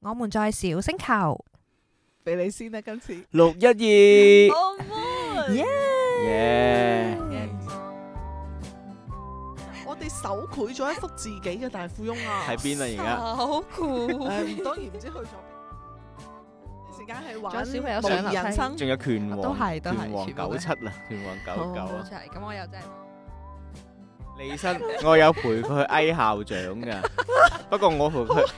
我們在小星球，俾你先啦，今次。六一二，澳門，耶！耶！我哋手繪咗一幅自己嘅大富翁啊！喺邊啊？好酷，誒，當然唔知去咗邊。時間係玩仲有小朋友上樓梯無人而家生，仲有拳都係王，都係拳王全部都九係七啦，拳王九九啊！咁我又真係李生，我有陪佢去嗌校 長噶，不過我陪佢，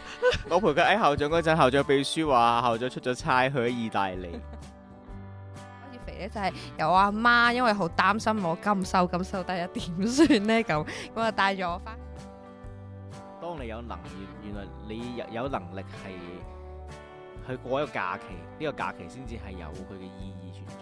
我陪佢嗌校長嗰陣，校長秘書話校長出咗差去咗意大利，開始肥咧，就係由我阿媽，因為好擔心我咁瘦咁瘦低一點算咧咁，咁啊帶咗我翻。當你有能力，原來你有有能力係去過一個假期，呢、個假期先至係有佢嘅意義存在。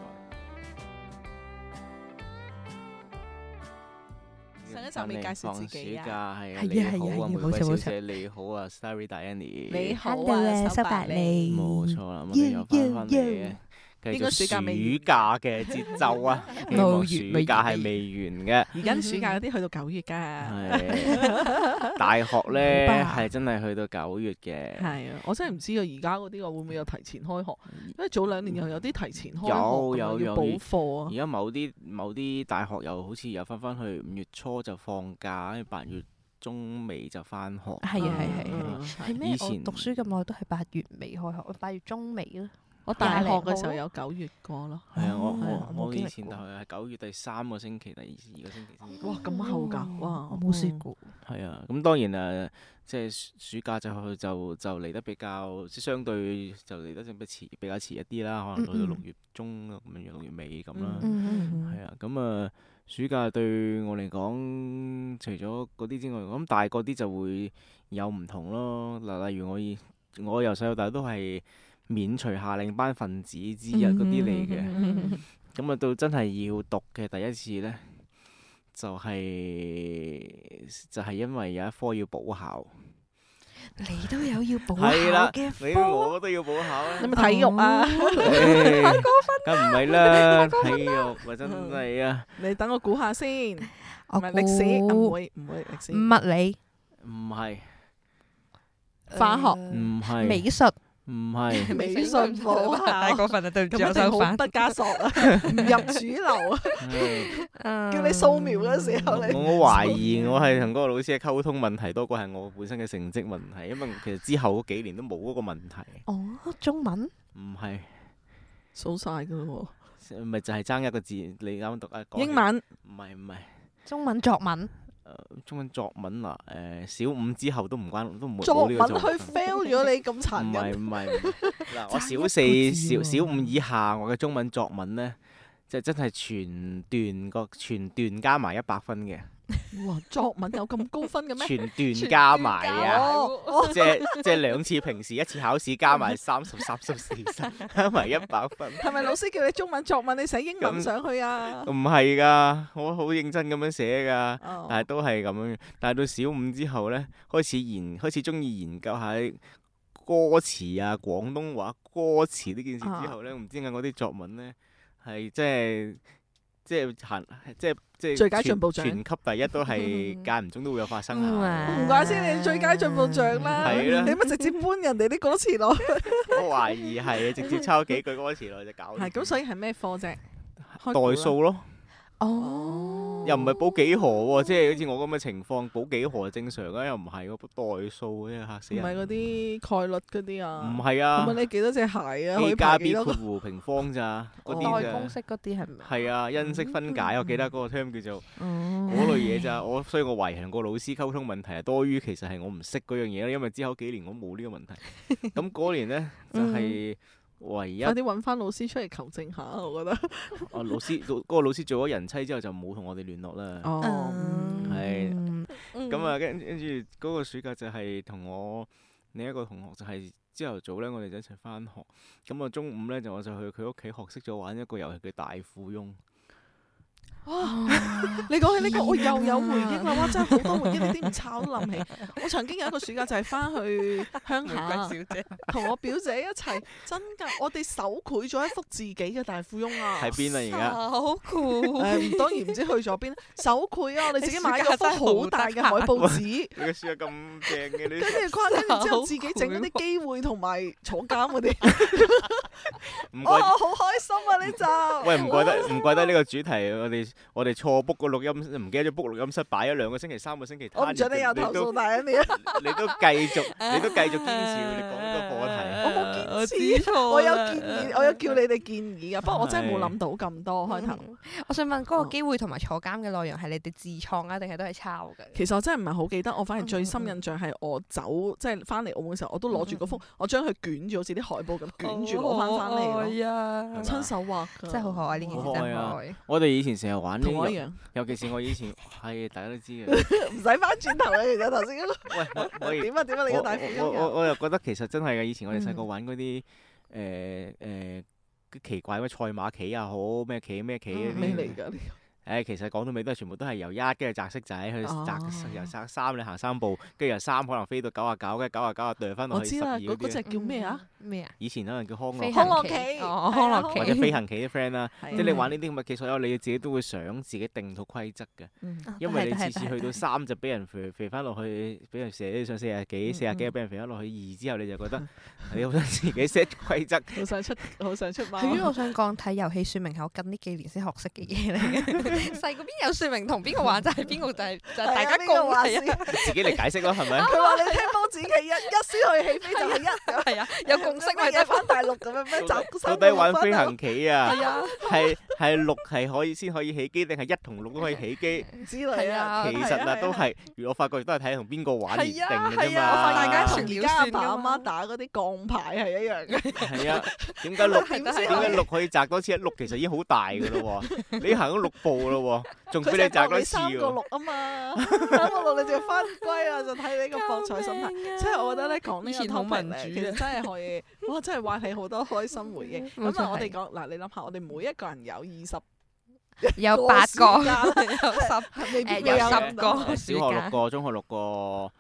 上一集未介紹自己啊放暑假係啊，係啊你係啊係好啊，啊冇玫錯瑰小冇錯姐你好啊，Starry Diana，你好 Hello 啊，收收白白你。你啊冇錯啦，我哋又翻返嚟嘅，繼呢個暑假未完續暑假嘅節奏 啊！希望暑假係未完嘅。而家暑假嗰啲去到九月㗎，係大學明咧白係真係去到九月嘅，係啊！我真係唔知啊，而家嗰啲我會唔會有提前開學？因為早兩年又有啲提前開學有㗎嘛，有有要補課啊哦而。家某啲某啲大學又好似又翻翻去五月初就放假，跟住八月中尾就翻學。係啊係係係嗯嗯係咩以？我前讀書咁耐都係八月尾開學，我八月中尾啦。我大學嘅時候有九月 過咯。係啊，我哦我我冇我經歷以前過哦大學係九月第三個星期，第二二個星期先至哇，咁厚㗎！哇，我冇試過。係啊，咁當然誒，即係暑暑假就去就就嚟得比較，即係相對就嚟得比遲比較遲一啲啦，可能去到嗯嗯六月中咁樣，六月尾咁啦。嗯嗯係啊，咁啊，暑假對我嚟講，除咗嗰啲之外，咁大個啲就會有唔同咯。嗱，例如我以我由細到大都係免除夏令班分子之一嗰啲嚟嘅。嗯咁啊，到真係要讀嘅第一次呢，就係、就係、因為有一科要補考，你都有要補係啦考嘅你科，我都要補考你 咧，咪體育啊！唉梗唔係啦，體育咪真係啊，你等我估下先，唔我係歷史，唔估會唔會歷史，物理、唔係化學、唔美係術。唔係，美 術冇考太過分啦，對唔住，咁我一定收好反。畢加索啊，唔 入主流啊！叫係叫你掃描嗰時候你我我懷疑我係同嗰個老師嘅溝通問題多過係我本身嘅成績問題，因為其實之後嗰幾年都冇嗰個問題，哦，中文唔係數晒噶咯咪就係爭一個字，你啱啱讀啊講喎，起英文唔係唔係。中文作文，誒中文作文啊，誒、小五之後都唔關，都唔會作冇文呢去個作文。 fail 咗你咁唔殘係忍，唔係，唔係嗱我爭一小個四字小喎小五以下，我嘅中文作文咧，就真係全段個全段加埋一百分嘅，哇！作文有咁高分嘅咩？全 段加埋 à. 啊！哦，即係即係兩次平時一次考試加嗯埋三十三十四十，加埋一百分。係咪老師叫你中文作文你寫英文上去啊？唔係㗎，我好認真咁樣寫㗎。哦但係都係咁樣。但係到小五之後呢，開始研開始中意研究下啲歌詞啊、廣東話歌詞呢件事之後啊呢，唔、知點解我啲作文呢係即係即係行即係即係最佳全進步獎全級第一都 係間唔中都會有發生下。唔怪之你最佳進步獎啦，係啦你咪直接搬人哋啲歌詞落去。我懷疑係直接抄幾句歌詞落去就搞掂。係咁，所以係咩科啫？代數咯，哦，又唔係補幾何喎、即係好似我咁嘅情況，補幾何正常啊，又唔係喎，補代數真係嚇死唔係人。嗰啲概率嗰啲啊？唔係啊，咁你幾多隻鞋啊？可 A 以加排 B 幾多括個？哦弧平方咋，嗰啲代公咋，式嗰啲係咪？係啊，嗯因式分解，我記得嗰個 term 叫做哦嗰類嘢咋，我所以我懷疑同個老師溝通問題係多於其實係我唔識嗰樣嘢啦，因為之後幾年我冇呢個問 題。咁嗰年呢，就嗯係唯一快啊啲揾翻老師出嚟求證下，我覺得。老師，嗰個老師做咗人妻之後就冇同我哋聯絡啦。À. 嗯係哦嗯咁啊，跟跟住嗰個暑假就係同我另一個同學就係朝頭早呢，我哋就一齊返學。哦咁啊，中午呢，就我就去佢屋企學識咗玩一個遊戲叫大富翁。Ờ. 你講起呢個，我又有回憶啦！哇，真係好多回憶，呢啲唔炒都諗起。 我曾經有一個暑假就係翻 去鄉下，姐，同我表姐一齊，真㗎！我哋手繪咗一幅自己嘅大富翁啊！喺邊啊？好酷！誒，當然唔知去咗 邊，手繪啊！我哋自己買咗你暑假真係幅好好大得閒嘅海報紙，而家你個書啊咁正嘅跟你住框，跟住之後自己整嗰啲機會同埋坐監 嗰啲。 唔哇！我怪好開心啊！呢集喂唔怪得唔怪得呢個主題，我哋我哋錯 book 個錄音，唔記得咗 book 錄音室擺咗兩個星期、三個星期， 我唔準你有你投 都訴大一面。你都繼續你都繼續堅持你講呢 個課題。我冇堅持知錯我有啦嗯建議，我有叫你哋建議噶，啊不過我真係冇諗到咁多開頭。嗯我想問嗰個機會同埋坐監嘅內容係你哋自創啊，定係都係抄嘅？其實我真係唔係好記得，我反而最深印象係我走即係翻嚟澳門嘅時候，我都攞住嗰幅，我將佢捲住，好似啲海報咁捲住攞哦翻翻嚟咯，嚟啊係嘛親手畫㗎，真係好可愛呢件事，真係可愛。我哋以前成日玩呢同我個一，樣，尤其是我以前係大家都 知嘅。唔使翻轉頭啦。其實頭先 嗰個喂，我我點啊點啊，你我個大富哎我翁我人我又覺得其實真係嘅，以前我哋細個嗯玩嗰啲誒誒奇怪咩賽馬棋啊，好咩棋咩棋嗰嗯咩啲。嚟㗎？呢誒，其實講到尾都係全部都係由一跟住擲色仔去哦擲，由擲三你行三步，跟住由三可能飛到九啊九，跟住九啊九啊掉翻個我落去知十二啦，嗰嗰嗰啲隻啊。叫咩啊？？咩啊？以前可能叫康樂飛棋行康樂棋棋哦，康樂係啊棋或者飛行棋啲 friend 啦，係嗯即係你啊玩呢啲咁嘅技術，有你自己都會想自己定套規則嘅，嗯因為你次次去到三就俾人肥肥翻落去，俾人射上四啊幾、四啊幾，俾人肥翻落去二之後，你就覺得你好想自己 set 規則。好想出好想出貓係。因為啊我想講睇遊戲說明係我近呢幾年先學識嘅嘢嚟嘅，細個邊有說明同邊個玩就係邊個就係就係大家係啊呢共個話係事啊自己嚟解釋咯，係咪？佢話你聽波子棋一一先去起飛就係一咁。係啊，有共識咪得嘢翻大陸咁 樣咩？到集底到底玩飛行棋啊？係啊，係係六係可以先可以起機，定係一同六都可以起機？之類啊，啊其實係啊啊，都。係我發覺都係睇同邊個玩而係定啊嘅啫係啊嘛。我發現大家同全而家阿爸阿媽打嗰啲鋼牌係一樣嘅，係啊，點 解六係點先點解可以六可以擲多次？一六其實已經好大嘅咯喎，你行咗六步咯喎，仲俾佢你就擲搏多你次三個喎。六啊嘛，三個六你就翻歸啊，就睇你個博彩心態。即係我覺得咧講呢以個前好 topic 民咧，主啊嗯其實真係可以，哇！真係話起好多開心回憶。冇錯咁啊，我係哋講嗱，你諗下，我哋每一個人有二十有八個，暑假有十未必誒會有有咁十多個呃小學六個，中學六個，誒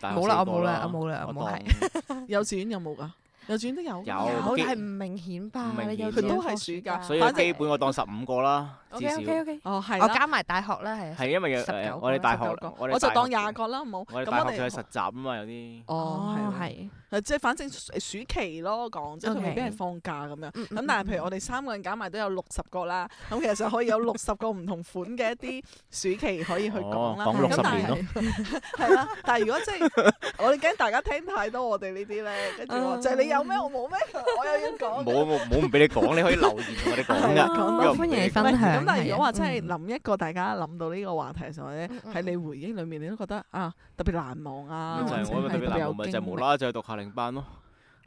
大學冇啦，四我個冇啦，咯我冇啦，我我冇係。當幼稚 園有冇㗎？幼稚園都有㗎。有 有，基但係唔明顯吧？唔明你有顯啲佢都放係暑假 所以反正基本我當十五個啦，至 OK 少 OK OK，哦，係我啦，加埋大學啦，係啊。係因為有19誒個我哋大學19個，哋我就大學當廿個啦，冇。我哋咁大學仲有哋實習啊嘛，有啲哦，係喎係。誒即係反正暑暑期咯，講即係佢 OK 未必係放假咁樣。嗯咁但係譬如我哋三個人搞埋都有六十個啦，咁其實就可以有六十個唔同款嘅 一啲暑期可以去講啦。哦講咁60但年係係 啦，但係如果即係我哋驚大家聽太多我哋呢啲咧，跟住話就係你有咩我冇咩，我又要講。冇冇冇唔俾你講，你可以留言同我哋講係啊㗎。講又得唔歡俾迎你你分喂享。咁但係如果話真係係啊諗一個大家諗到呢個話題嘅時候咧，嗯嗯喺你回憶裡面你都覺得啊特別難忘啊，咁就或者係我覺得係特特別別難有忘，咪就經係無歷啦啦就去讀夏令班咯。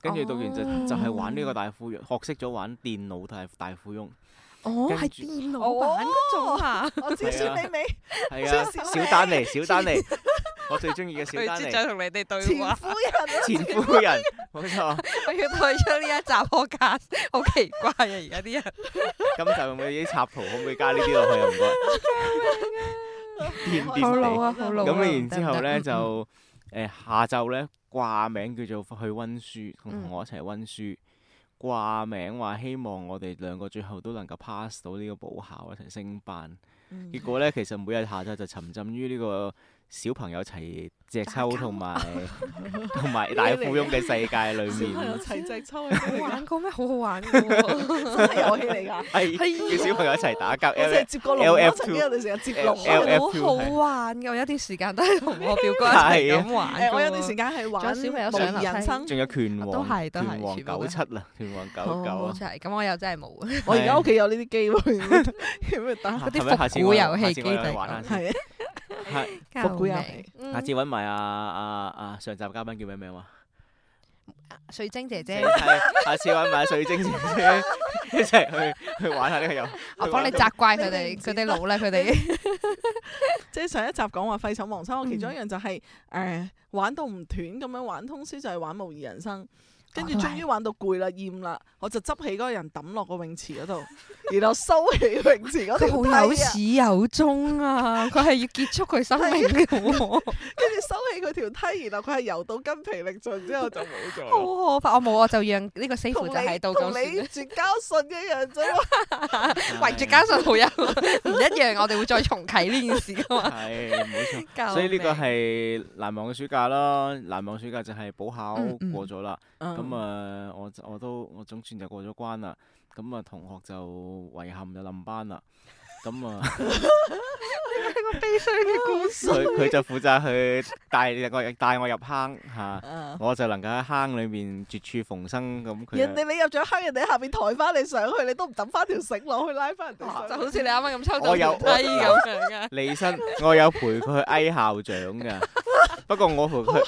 跟住讀完就哦就係玩呢個大富翁，學識咗玩電腦大大富翁。哦，係跟住電腦版嗰種啊，哦我知係啊算你未係啊，小小丹尼，小丹尼，我最中意嘅小丹尼，同你哋前夫人啊前夫人，冇錯。我要退出呢一集 podcast，好奇怪啊！而家啲人今集有冇啲插圖？可唔可以加呢啲落去啊？唔該。癲癲地好老啊好老咁啊然之後得嗯咧唔得就誒下晝咧掛名叫做去温書，同同嗯我一齊温書。掛名話希望我哋兩個最後都能夠 pass 到呢個補考，一齊升班。嗯結果咧，其實每日下晝就沉浸於呢個小朋友齊隻抽同埋 同埋大富翁嘅世界裏小朋面友。齊隻抽係好咩嚟玩過咩？好好玩嘅 喎，㗎真係遊戲嚟㗎。哎係叫小朋友一齊打交。我成日接過龍咯， LF2 曾經我哋成日接龍啊誒咯。 LF 好好玩嘅。我有一段時間都係同我表哥一係齊啊咁玩嘅誒，喎。我有段時間係玩仲有小朋友上模擬人生，仲有拳都王，係都係拳王全部都九係七啦，拳王九九好啊。真係，咁我又真係冇。我而家屋企有呢啲機 會， 要唔要打？啊嗰啲係咪下次復古我遊戲下次我機哋制玩下先係啊，下復古遊戲救命下次揾埋啊啊啊上集嘉賓叫咩名話？嗯水晶姐 姐，係下次揾埋水晶姐姐 一齊去去玩下呢個遊戲。我去幫玩你到責怪佢你哋唔哋，佢知哋老啦，佢哋即係上一集講話廢寢嗯呃忘餐，我其中一樣就係誒玩到唔斷咁樣玩通宵，就係玩模擬人生。跟住哦我都係終於玩到攰啦，厭啦，我就執起嗰個人抌落個泳池嗰 度，然後收起泳池嗰條佢梯好有啊始有終 啊！佢係要結束佢生命嘅喎，跟住收起佢條梯，然後佢係游到筋疲力盡之 後就冇咗啦。 好可怕！我冇，啊我就讓呢個 safe 同就喺你度同咁你算。絕交信一樣啫喎，圍住加信好友 唔一樣，我哋會再重啟呢件事噶嘛。 係冇 錯。所以呢個係難忘嘅暑假啦，難忘暑假就係補考嗯 嗯過咗啦。咁啊，啊，我就我都我總算就過咗關啦。咁啊，同學就遺憾就冧班啦。咁啊， 係個悲傷嘅故 事。佢佢就負責去帶我帶我入坑嚇，哦我就能夠喺坑裏面絕處逢生咁。佢啊啊人就哋你入咗坑，人哋喺下面抬翻你上去，你都唔抌翻條繩落去拉翻人哋上去就好似你啱啱咁抽到我有條梯咁樣啊！離身，我有陪佢去哀校 長㗎。不過我陪佢，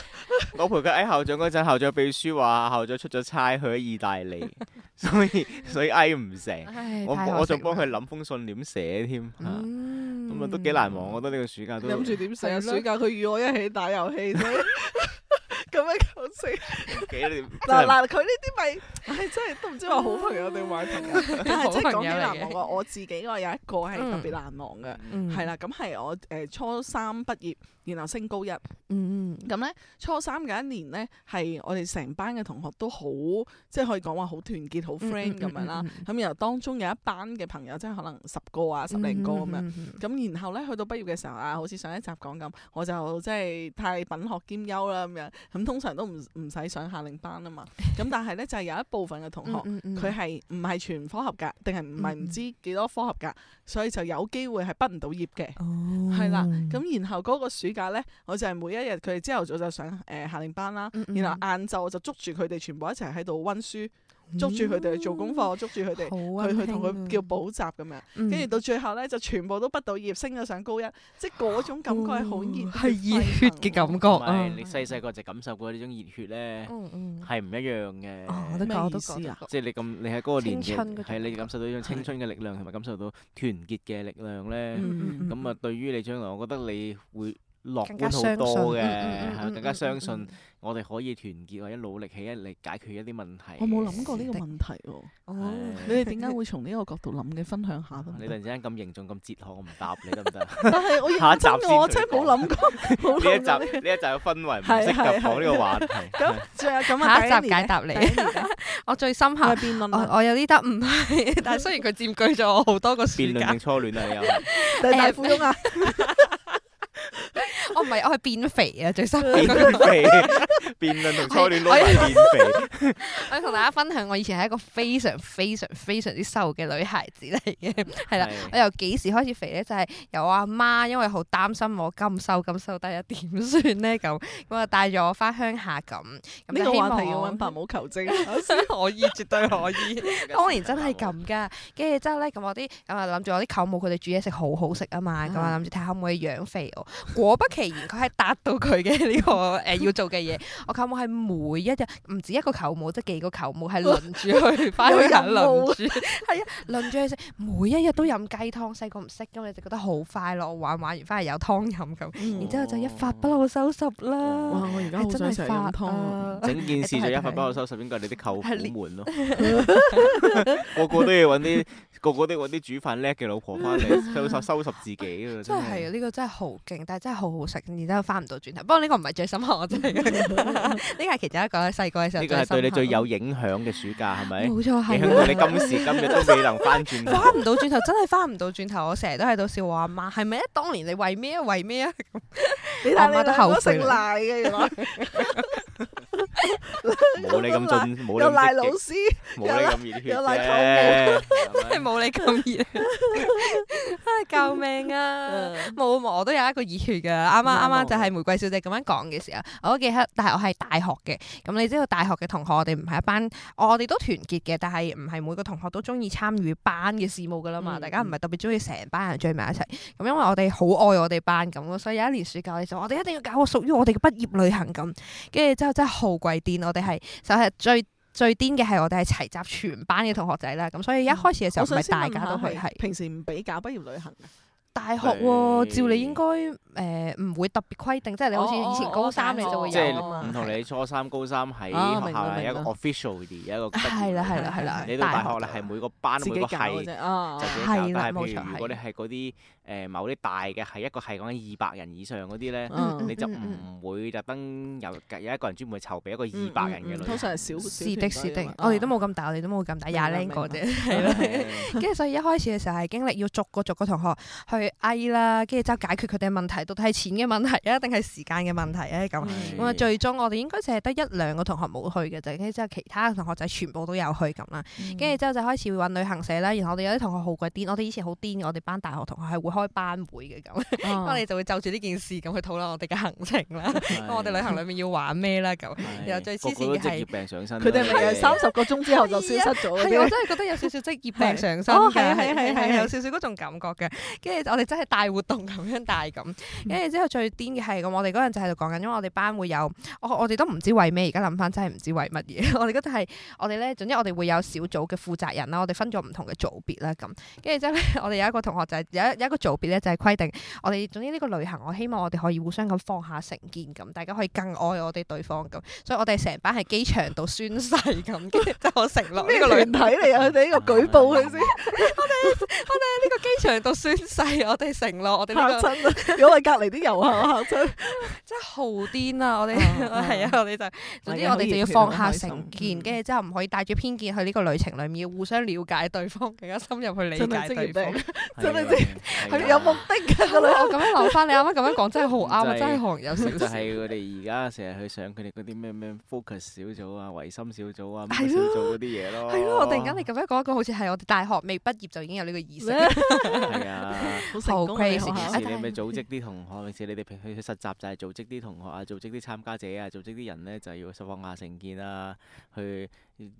我陪佢哀校長嗰陣，校長秘書話校長出咗差去咗意大利， 所以所以哀唔成。唉，我太可惜啦我仲幫佢，諗封信點寫添嚇，咁嗯啊都幾難忘。我覺得呢個暑假都你諗住點寫？係咯暑假佢與我一起打遊戲啫， 咁樣講死。 幾年嗱嗱，佢呢啲咪，唉，真係都唔知話好嗯朋友定壞 朋友。但係真係講起難忘嘅，我自己我有一個係特別難忘嘅，嗯係啦，咁係我誒初三畢業，然後升高一。嗯嗯咁咧，初三嗰一年咧，係我哋成班嘅同學都好，即係可以講話好團結、好 friend 咁樣啦。嗯嗯咁然後當中有一班嘅朋友，即係可能十個啊、十零個咁嗯樣。咁然後咧，去到畢業嘅時候啊，好似上一集講咁，我就即係太品學兼優啦咁樣。咁通常都唔唔使上夏令班 啊嘛。咁但係咧，就係、有一部分嘅同學。嗯哦佢係唔係全科合格，定係唔係嗯嗯唔知幾多科合格，所以就有機會係畢唔到業嘅。係嗯係啦，嗯咁然後嗰個暑假咧，我就係每一日佢哋朝頭早就上誒、呃夏令班啦，嗯然後晏晝我就捉住佢哋全部一齊喺度温書，捉住佢哋去做功課，捉住佢哋。佢去去同啊佢叫補習咁樣，跟跟住到最後咧就全部都畢到業，升咗上高一，即係嗰種感覺係好熱血哦係熱血嘅感覺唔啊係！你細細個就感受過呢種熱血咧，嗯嗯，係唔一樣哦我都嘅。覺我咩都意思覺啊得即係你咁，你喺嗰個年青春嗰種紀，係你感受到呢種青春嘅力量，同埋感受到團結嘅力量咧。嗯嗯咁啊，對於你將來，我覺得你會樂更加相觀好信多嘅，嗯嗯嗯係啊更加嗯相嗯信嗯我哋可以團結或者努力起一嚟解決一啲問題。我冇諗過呢個問題喎，哦係你哋點 解會從呢個角度諗嘅？分享下得唔你突得？然之間咁凝重、咁哲學，我唔答你得唔得？ 但係我下認一集真先嘅，我真係冇諗 過，冇諗過呢呢一集呢一集嘅氛圍唔係適係合講呢個話題。咁最後咁啊，下一集解解答你，我最深刻係。 辯我論啊，我有啲得唔係， 但係雖然佢佔據咗我好多個暑辯論假定，初戀啊？你又 大係 大富翁啊！我哦唔係我係變肥啊！最深刻， 辯肥，辯論同初戀攞埋辯肥。我要同大家分享，我以前係一個非常非常非常之瘦嘅女孩子嚟嘅，係啦。我係由幾時開始肥咧？就係、由我阿媽，因為好擔心我咁瘦咁瘦低一點算咧咁，咁啊帶咗我翻鄉下咁。 咁就呢個希話望題要 揾白母求證。可以，絕對可以。當年真係咁噶，跟住之後咧，咁我啲咁啊諗住我啲舅母佢哋煮嘢食好好食啊嗯嘛，咁啊諗住睇下可唔可以養肥我。果不其然，佢係達到佢嘅 呢個誒要做嘅嘢。我舅母係每一日唔止一個舅母，即係幾個舅母係輪住去翻去 有任務輪住，係啊，輪住去食，每一日都飲雞湯。細個唔識㗎嘛，你就覺得好快樂，玩玩完翻嚟有湯飲咁，然之後就一發不可收拾哇！啦。我而家好係真想食係飲發湯啊！啊！整件事就一發不可收拾，應該係你啲舅父們咯。個個都要揾啲，個個都要揾啲煮飯叻嘅老婆翻嚟收拾收拾自己㗎，真真係啊！係。呢個真係好勁，但係真係好好食，然之後翻唔到轉頭。不過呢個唔係最深刻，我 真係呢個係其中一個細個嘅時候最呢個深刻。係對你最有影響嘅暑假係咪？冇錯影響到你係啊。今時今日都未能翻轉頭。翻唔到轉頭，真係翻唔到轉頭。我成日都喺度笑我阿媽，係咪啊？當年你為咩啊？為咩 啊？你我阿媽睇你都兩後個悔姓啦賴嘅原來，冇你咁進，冇有你賴老咁積師，極，冇你咁熱血有賴啫。真係係咪冇你 咁熱，唉救命啊！冇冇，我都有一個熱血㗎。啱啱啱啱啊啱就係玫瑰小姐咁樣講嘅時候，我都記得。但係我係大學嘅，咁你知道大學嘅同學，我哋唔係一班，我我哋都團結嘅，但係唔係每個同學都中意參與班嘅事務㗎啦嘛。嗯大家唔係特別中意成班人聚埋一齊。咁因為我哋好愛我哋班咁，所以有一年暑假嘅時候，我哋一定要搞個屬於我哋嘅畢業旅行咁。跟住之後真係好鬼癲，我哋係就係最。最癲嘅係我哋係齊集全班嘅同學仔啦，咁所以一開始嘅時候我唔係想先大問家下都去，係係平時唔俾搞畢業旅行嘅，大學喎，係照你應該誒唔會特別規定，即係你好似以前高三你就會即係有啊嘛唔。同你初三、高三喺啊學明校啦係明一個啦 official 嘅一個畢業係啦係啦係啦，你到大學啦，就係每個班自每己個搞係嘅就自己啫啊搞，就但哦係啦係冇譬錯如如果你係嗰啲誒某啲大嘅係一個係講緊二百人以上嗰啲咧，嗯你就嗯嗯唔會特登有有一個人專門去籌備一個嗯二百人嘅嗯嗯旅通行。常係少少是的，團是隊啊的哦嘛，我哋都啊冇咁大，我哋都冇咁大，明白廿零個啫明。係啦係跟住所以一開始嘅時候係經歷要逐個逐個同學去嗌啦，跟住之後解決佢哋嘅問題，到底係錢嘅問題啊，定係時間嘅問題咧咁。咁啊，嗯係最終我哋應該淨係得一兩個同學冇去嘅啫，跟住之後其他同學仔全部都有去咁啦。跟住之後就開始會揾旅行社啦，然後我哋有啲同學好鬼癲，我哋以前好癲嘅，我哋班大學同學係會開班會嘅咁，咁哦 我哋就會就住呢件事咁去討論我哋嘅行程啦， 我哋旅行裏面要玩咩啦咁。係然後最黐個個線嘅都係職業病上身啦。啊佢哋咪係三十個鐘之後就消失咗嗰係，啊我啲，真係覺得有少少職業病上身係哦㗎係啊係啊係啊係啊有少少嗰種感覺嘅。跟住我哋真係大活動咁樣大咁，嗯跟住之後最癲嘅係咁，我哋嗰陣就喺度講緊，因為我哋班會有，我我哋都唔知為咩，而家諗翻真係唔知為乜嘢。 我哋嗰陣係我哋咧，總之我哋會有小組嘅負責人啦，我哋分咗唔同嘅組別啦咁。跟住之後咧， 我哋有一個同學就係有一有一個組別咧，就係規定我哋總之呢個旅行，我希望我哋可以互相咁放下成見咁，大家可以更愛我哋對方咁。所以我哋成班喺機場度宣誓咁，跟住就承諾呢咩個旅團體嚟啊？佢哋呢個舉報佢先啊呢個機場度宣誓，我哋承諾，我哋呢、嚇個親啊！如果係隔離啲遊客嚇親，真係好癲啊！我哋 啊啊係啊，我哋就總之係啊我哋就要放下好熱成血見，嗯跟住之後唔可以帶住偏見去呢個旅程裡面，要互相了解對方，更加深入去理真係解職業對方。 病，係啊真係係啊佢有目的㗎 個女我咁樣諗翻，你啱啱咁樣講真係好啱啊！真係真係行有就少少。係佢哋而家成日去上佢哋嗰啲咩咩 focus 小組啊、維心小組啊、係咩小組嗰啲嘢咯。係咯，我突然間你咁樣講一個，好似係我哋大學未畢業就已經有呢個意識。係啊。好成功啊你學好平校 crazy 時你咪組織啲同學，平時你哋平去去實習就係組織啲同學啊，組織啲參加者啊，組織啲人咧就係要放下成見啊，去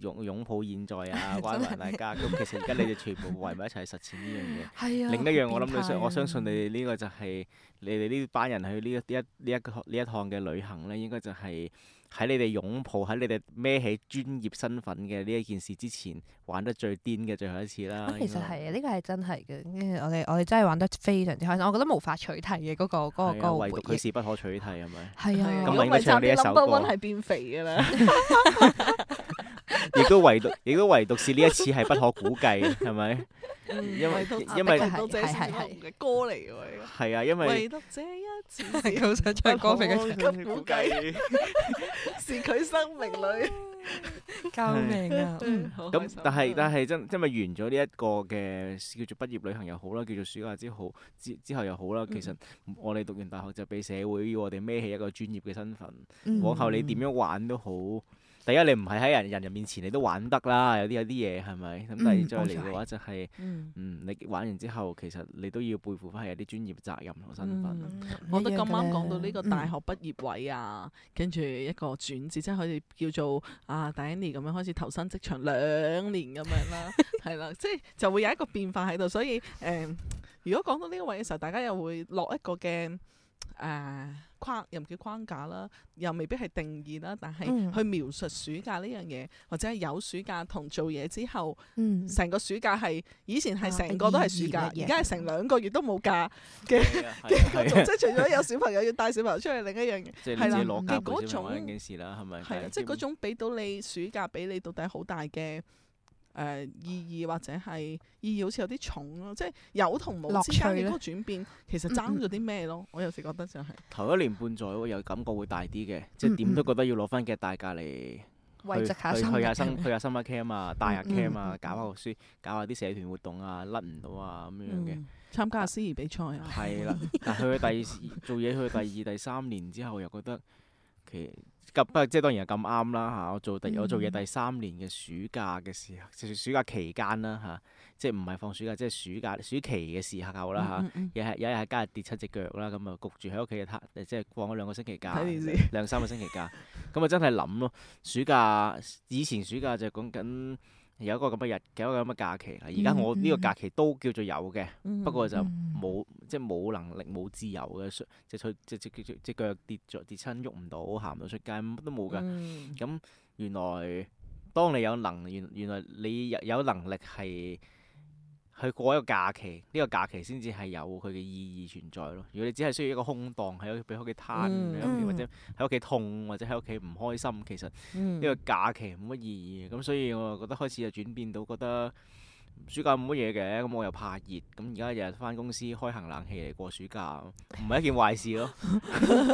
擁擁抱現在 啊，關懷大家。咁其實而家你哋全部圍埋一齊去實踐呢樣 嘢。係啊，另一樣我好諗你變態相啊我相信你哋呢個就係你哋呢班人去呢一呢一呢一個呢一趟嘅旅行咧，應該就係喺你哋擁抱喺你哋孭起專業身份嘅呢一件事之前，玩得最癲嘅最後一次啦啊。其實應該係啊，呢個係真係嘅。跟住我哋我哋真係玩得非常之開心，我覺得無法取替嘅嗰個嗰個嗰係啊，個唯回獨佢憶。是不可取替係咪？係啊，咁如咪果應唔該係唱差呢一啲首 number 歌 one 係變肥㗎啦。亦都唯獨， 亦都唯獨是呢一次係不可估計嘅，係咪？嗯因 為因為為到這一次係係係嘅歌嚟㗎喎，呢係啊，因個為唯獨這一次佢好想唱歌俾佢 不可估計是佢生命裏。聽，救命啊！嗯好開咁心，但係啊但係真因為完咗呢一個嘅叫做畢業旅行又好啦，叫做暑假之好之之後又好嗯啦，其實我哋讀完大學就俾社會要我哋孭起一個專業嘅身份，嗯往後你點樣玩都好。第一，你唔係喺人人人面前你都玩得啦，有啲有啲嘢係咪？咁第嗯二再嚟冇錯嘅話就係、嗯。嗯，你玩完之後其實你都要背負翻係有啲專業責任同身份。嗯我覺得咁啱講到呢個嗯大學畢業位啊，跟住一個轉折，即係佢哋叫做啊第一年咁樣開始投身職場兩年咁樣啦，係啦，即係就會有一個變化喺度，所以誒、如果講到呢個位嘅時候，大家又會落一個嘅誒、框，又唔叫框架啦，又未必係定義啦，但係嗯去描述暑假呢樣嘢，或者係有暑假同做嘢之後。嗯成個暑假係以前啊係成個都係暑假，意義乜嘢而家係成兩個月都冇假嘅係啊 係啊嗰係種，啊即係除咗有小朋友要帶小朋友出去，另一樣嘢即係你係啦自己攞教嘅嗰佢先種玩件事啦，係咪？係啦，啊即係嗰種俾到你暑假俾你到底好大嘅誒、呃意義，或者係意義好似有啲重咯，即係有同冇之間樂趣嗯嘅呢嗰個轉變，其實爭咗啲咩咯？我有時覺得就係、頭一年半載喎，有感覺會大啲嘅，即係點都覺得要攞翻嘅大假嚟去慰藉下去心去下靈生去下 summer camp 啊，帶下嗯嗯 camp 啊嗯，搞下書，搞下啲社團活動啊，甩唔到啊咁樣嘅。嗯、參加下司儀比賽啊，係啦，但係去到第二 做嘢去到第二第三年之後，又覺得其咁不過即係當然係咁啱啦嚇。我做第我做嘢第三年嘅暑假嘅時候，就暑假期間啦嚇，即係唔係放暑假，即係暑假暑期嘅時候啦嚇。嗯嗯有係有一日喺家跌親只腳啦，咁啊焗住喺屋企嘅攤，即係放咗兩個星期假睇電視，兩三個星期假，咁啊真係諗咯。暑假以前暑假就講緊有一個咁嘅日，有一個咁嘅假期啦。而家嗯我呢個嗯假期都叫做有嘅，嗯不過就嗯冇即係冇能力冇自由嘅，所即係即即即即腳跌咗跌親，喐唔到，行唔到出街，乜都冇㗎。嗯咁原來當你有能，原原來你有有能力係去過一個假期，呢、個假期先至係有佢嘅意義存在咯。如果你只係需要一個空檔喺屋俾屋企攤，嗯喺屋企或嗯者喺屋企痛，或者喺屋企唔開心，其實嗯呢個假期冇乜意義嘅。咁所以我覺得開始就轉變到覺得嗯暑假冇乜嘢嘅，咁我又怕熱，咁而家日日翻公司開行冷氣嚟過暑假，唔係一件壞事咯。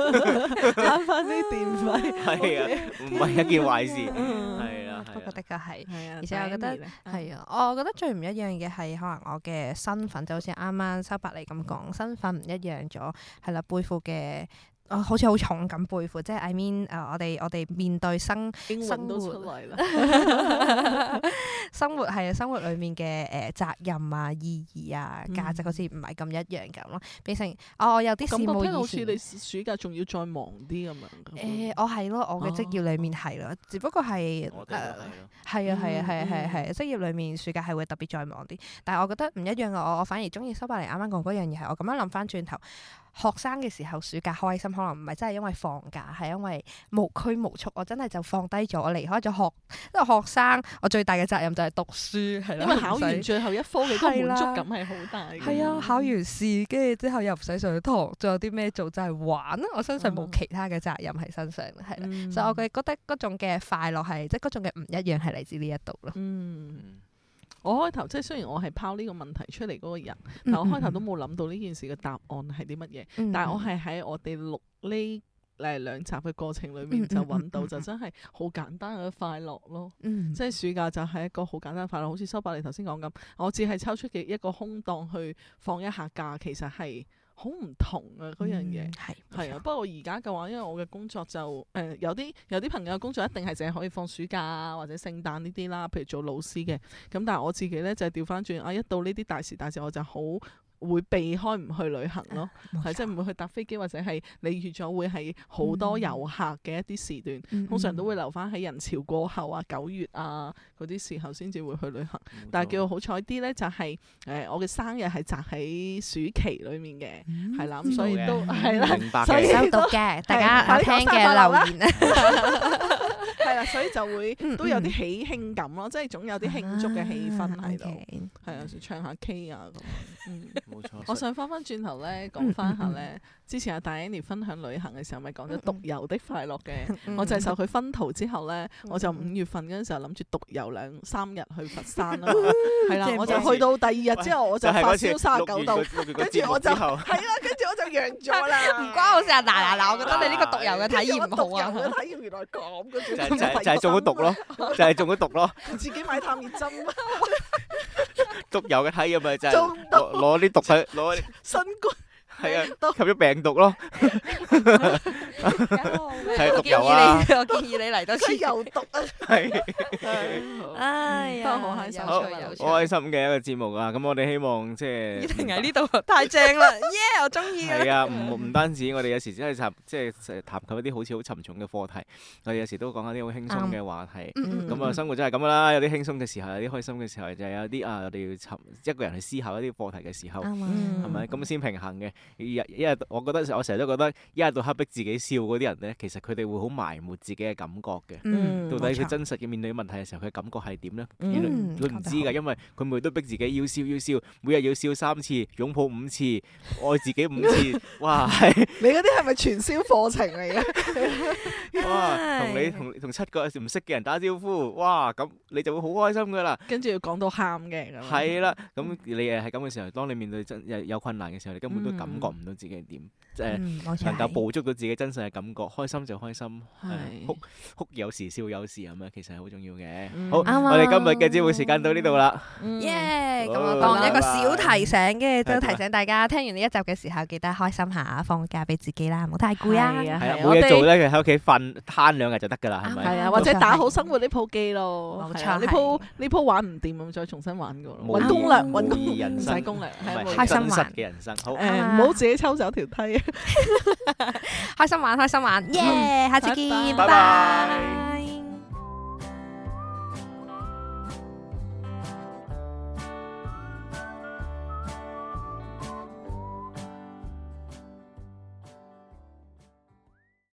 慳翻啲電 費，係啊，唔係一件壞事。嗯係啊，不過係啊，的確係。係啊，而且我覺得 Diane 呢係啊，我覺得最唔一樣嘅係可能我嘅身份，就好似啱啱修伯你咁講，身份唔一樣咗，係啦，背負嘅。啊好似好重咁背負，即係 I mean 誒、我哋我哋面對生英文都生出活嚟啦。 生活係啊生活裡面嘅誒、責任啊、意義啊、價值，嗯好似唔係咁一樣咁咯，變成哦，我有啲感羨覺慕聽好以似前。你暑假仲要再忙啲咁誒、樣。我係咯，我嘅職業裡面係咯，只不過係我哋誒都係咯。係啊係啊係嗯啊係啊嗯係啊，職業裏面暑假係會特別再忙啲，但係我覺得唔一樣嘅，啊我我反而中意收伯嚟啱啱講嗰樣嘢係，我咁樣諗翻轉頭，學生嘅時候暑假開心，可能唔係真係因為放假，係因為無拘無束，我真係就放低咗，我離開咗學， 因為學生我最大嘅責任就係讀書係啦，因為考唔完使最後一科嘅嗰個係滿啦足感係好大嘅。係啊，考完試跟住之後又唔使上堂，仲有啲咩做就係玩啦，我身上冇嗯其他嘅責任喺身上，係啦，嗯，所以我嘅覺得嗰種嘅快樂係即係嗰種嘅唔一樣係嚟自呢一度咯。嗯，嗯我開頭即係雖然我係拋呢個問題出嚟嗰個人，但我開頭都冇諗到呢件事嘅答案係啲乜嘢。嗯，但係我嗯係喺我哋錄呢誒兩集嘅過程裏嗯嗯面就嗯揾到，嗯就嗯真係好簡單嘅快樂咯。嗯即係暑假就係一個好簡單嘅快樂，好似修伯你頭先講咁，我只係抽出嘅一個空檔去放一下假，其實係好唔同啊嗰樣嘢。係係啊，不過我而家嘅話，因為我嘅工作就誒、呃有啲有啲朋友嘅工作一定係淨係可以放暑假啊，或者聖誕呢啲啦，譬如做老師嘅。咁但係我自己咧就係調翻轉啊，一到呢啲大時大節我就好會避開唔去旅行 咯，係啊即係唔會去搭飛機或者係你預咗會係好多遊客嘅一啲時段，係通常都會留翻喺人潮過後啊、九月啊嗰啲時候先至會去旅行。但係叫我好彩啲咧，就係、呃我嘅生日係擲喺暑期裡面嘅。係啦，咁所以都嗯係啦，明白所以嘅。收到嘅，大家快啊啲講聽生日快樂啦嘅留言 係啦，所以就會嗯啊都有啲喜慶感咯，即係總有啲慶祝嘅氣氛喺度，度。係啊，唱下 K 啊咁。嗯，冇 錯。我想翻翻轉頭咧，講翻下嗯咧，之前阿 Diane 分享旅行嘅時候，咪講咗嗯嗯獨遊的快樂嘅。我就係受佢薰陶之後咧，我就嗯五嗯月份嗰陣時候諗住獨遊兩三日去佛山啦，係啦，正我就去到第二日之後，我就發燒三十九度，跟跟住我就之後係啦，跟住我就陽咗啦，唔關我事啊！嗱嗱嗱，我覺得你呢個獨遊嘅體驗跟住唔我好啊獨遊。嘅體驗原來咁，跟住就係仲就要係睇就係中咗毒咯， 就係中咗毒咯。醫生，自己買探熱針。毒有嘅體驗咪就係中毒攞攞啲毒去攞啲，新冠係啊，都吸咗病毒 咯。係我獨建遊啊議你，我建議你嚟多次佢。有毒啊！係哎呀，不過好開心有好趣有趣好開心嘅一個節目啊！咁我哋希望即係一定喺啊呢度，太正啦！耶，我中意啊！係啊，唔唔單止我哋有時只係談即係談及一啲好似好沉重嘅課題，我哋有時都講下啲好輕鬆嘅話題。嗯咁啊，生活真係咁噶啦，有啲輕鬆嘅時候，有啲開心嘅時候，就有啲啊，我哋要沉一個人去思考一啲課題嘅時候，啱啊嗯係咪咁先平衡嘅？日一日，我覺得我成日都覺得一日到黑逼自己笑嗰啲人咧，其實佢哋會好埋沒自己嘅感覺嘅。嗯，到冇底佢錯真實嘅面對問題嘅時候，佢嘅感覺係點呢？嗯原來佢唔講得知㗎，好因為佢每日都逼自己要笑要笑，每日要笑三次，擁抱五次，愛自己五 次，哇！係你嗰啲係咪傳銷課程嚟嘅？哇，同你唉同同七個唔識嘅人打招呼，哇！咁你就會好開心㗎啦。 跟住要講到喊嘅 咁樣。啊係啦，咁你誒係咁嘅時候，當你面對真有有困難嘅時候，你根本都感嗯覺唔到自己係點，誒、嗯冇錯能夠捕捉到自己真實嘅感覺，開心就開心，係誒哭哭有時笑有時咁樣，其實係好重要嘅。嗯好，啱啊我哋今日嘅節目時間到呢度啦。嗯耶！咁好我當一個拜拜小提醒嘅，係都點啊提醒大家聽完呢一集嘅時候，記得開心下，放假俾自己啦，唔好太攰啊！係啊係啊，係啊冇嘢我做哋咧，佢喺屋企瞓攤兩日就得㗎啦，係啱啊咪？係啊，冇錯或者打好生活呢鋪機咯，冇錯係啊呢鋪呢鋪玩唔掂咁再重新玩過咯，冇嗯揾攻意略，揾攻冇意略，人唔生使攻略，唔係冇開心真玩實嘅人生。好，誒唔好自己抽走條梯啊！開心玩，開心玩，耶！下次見，拜拜拜拜。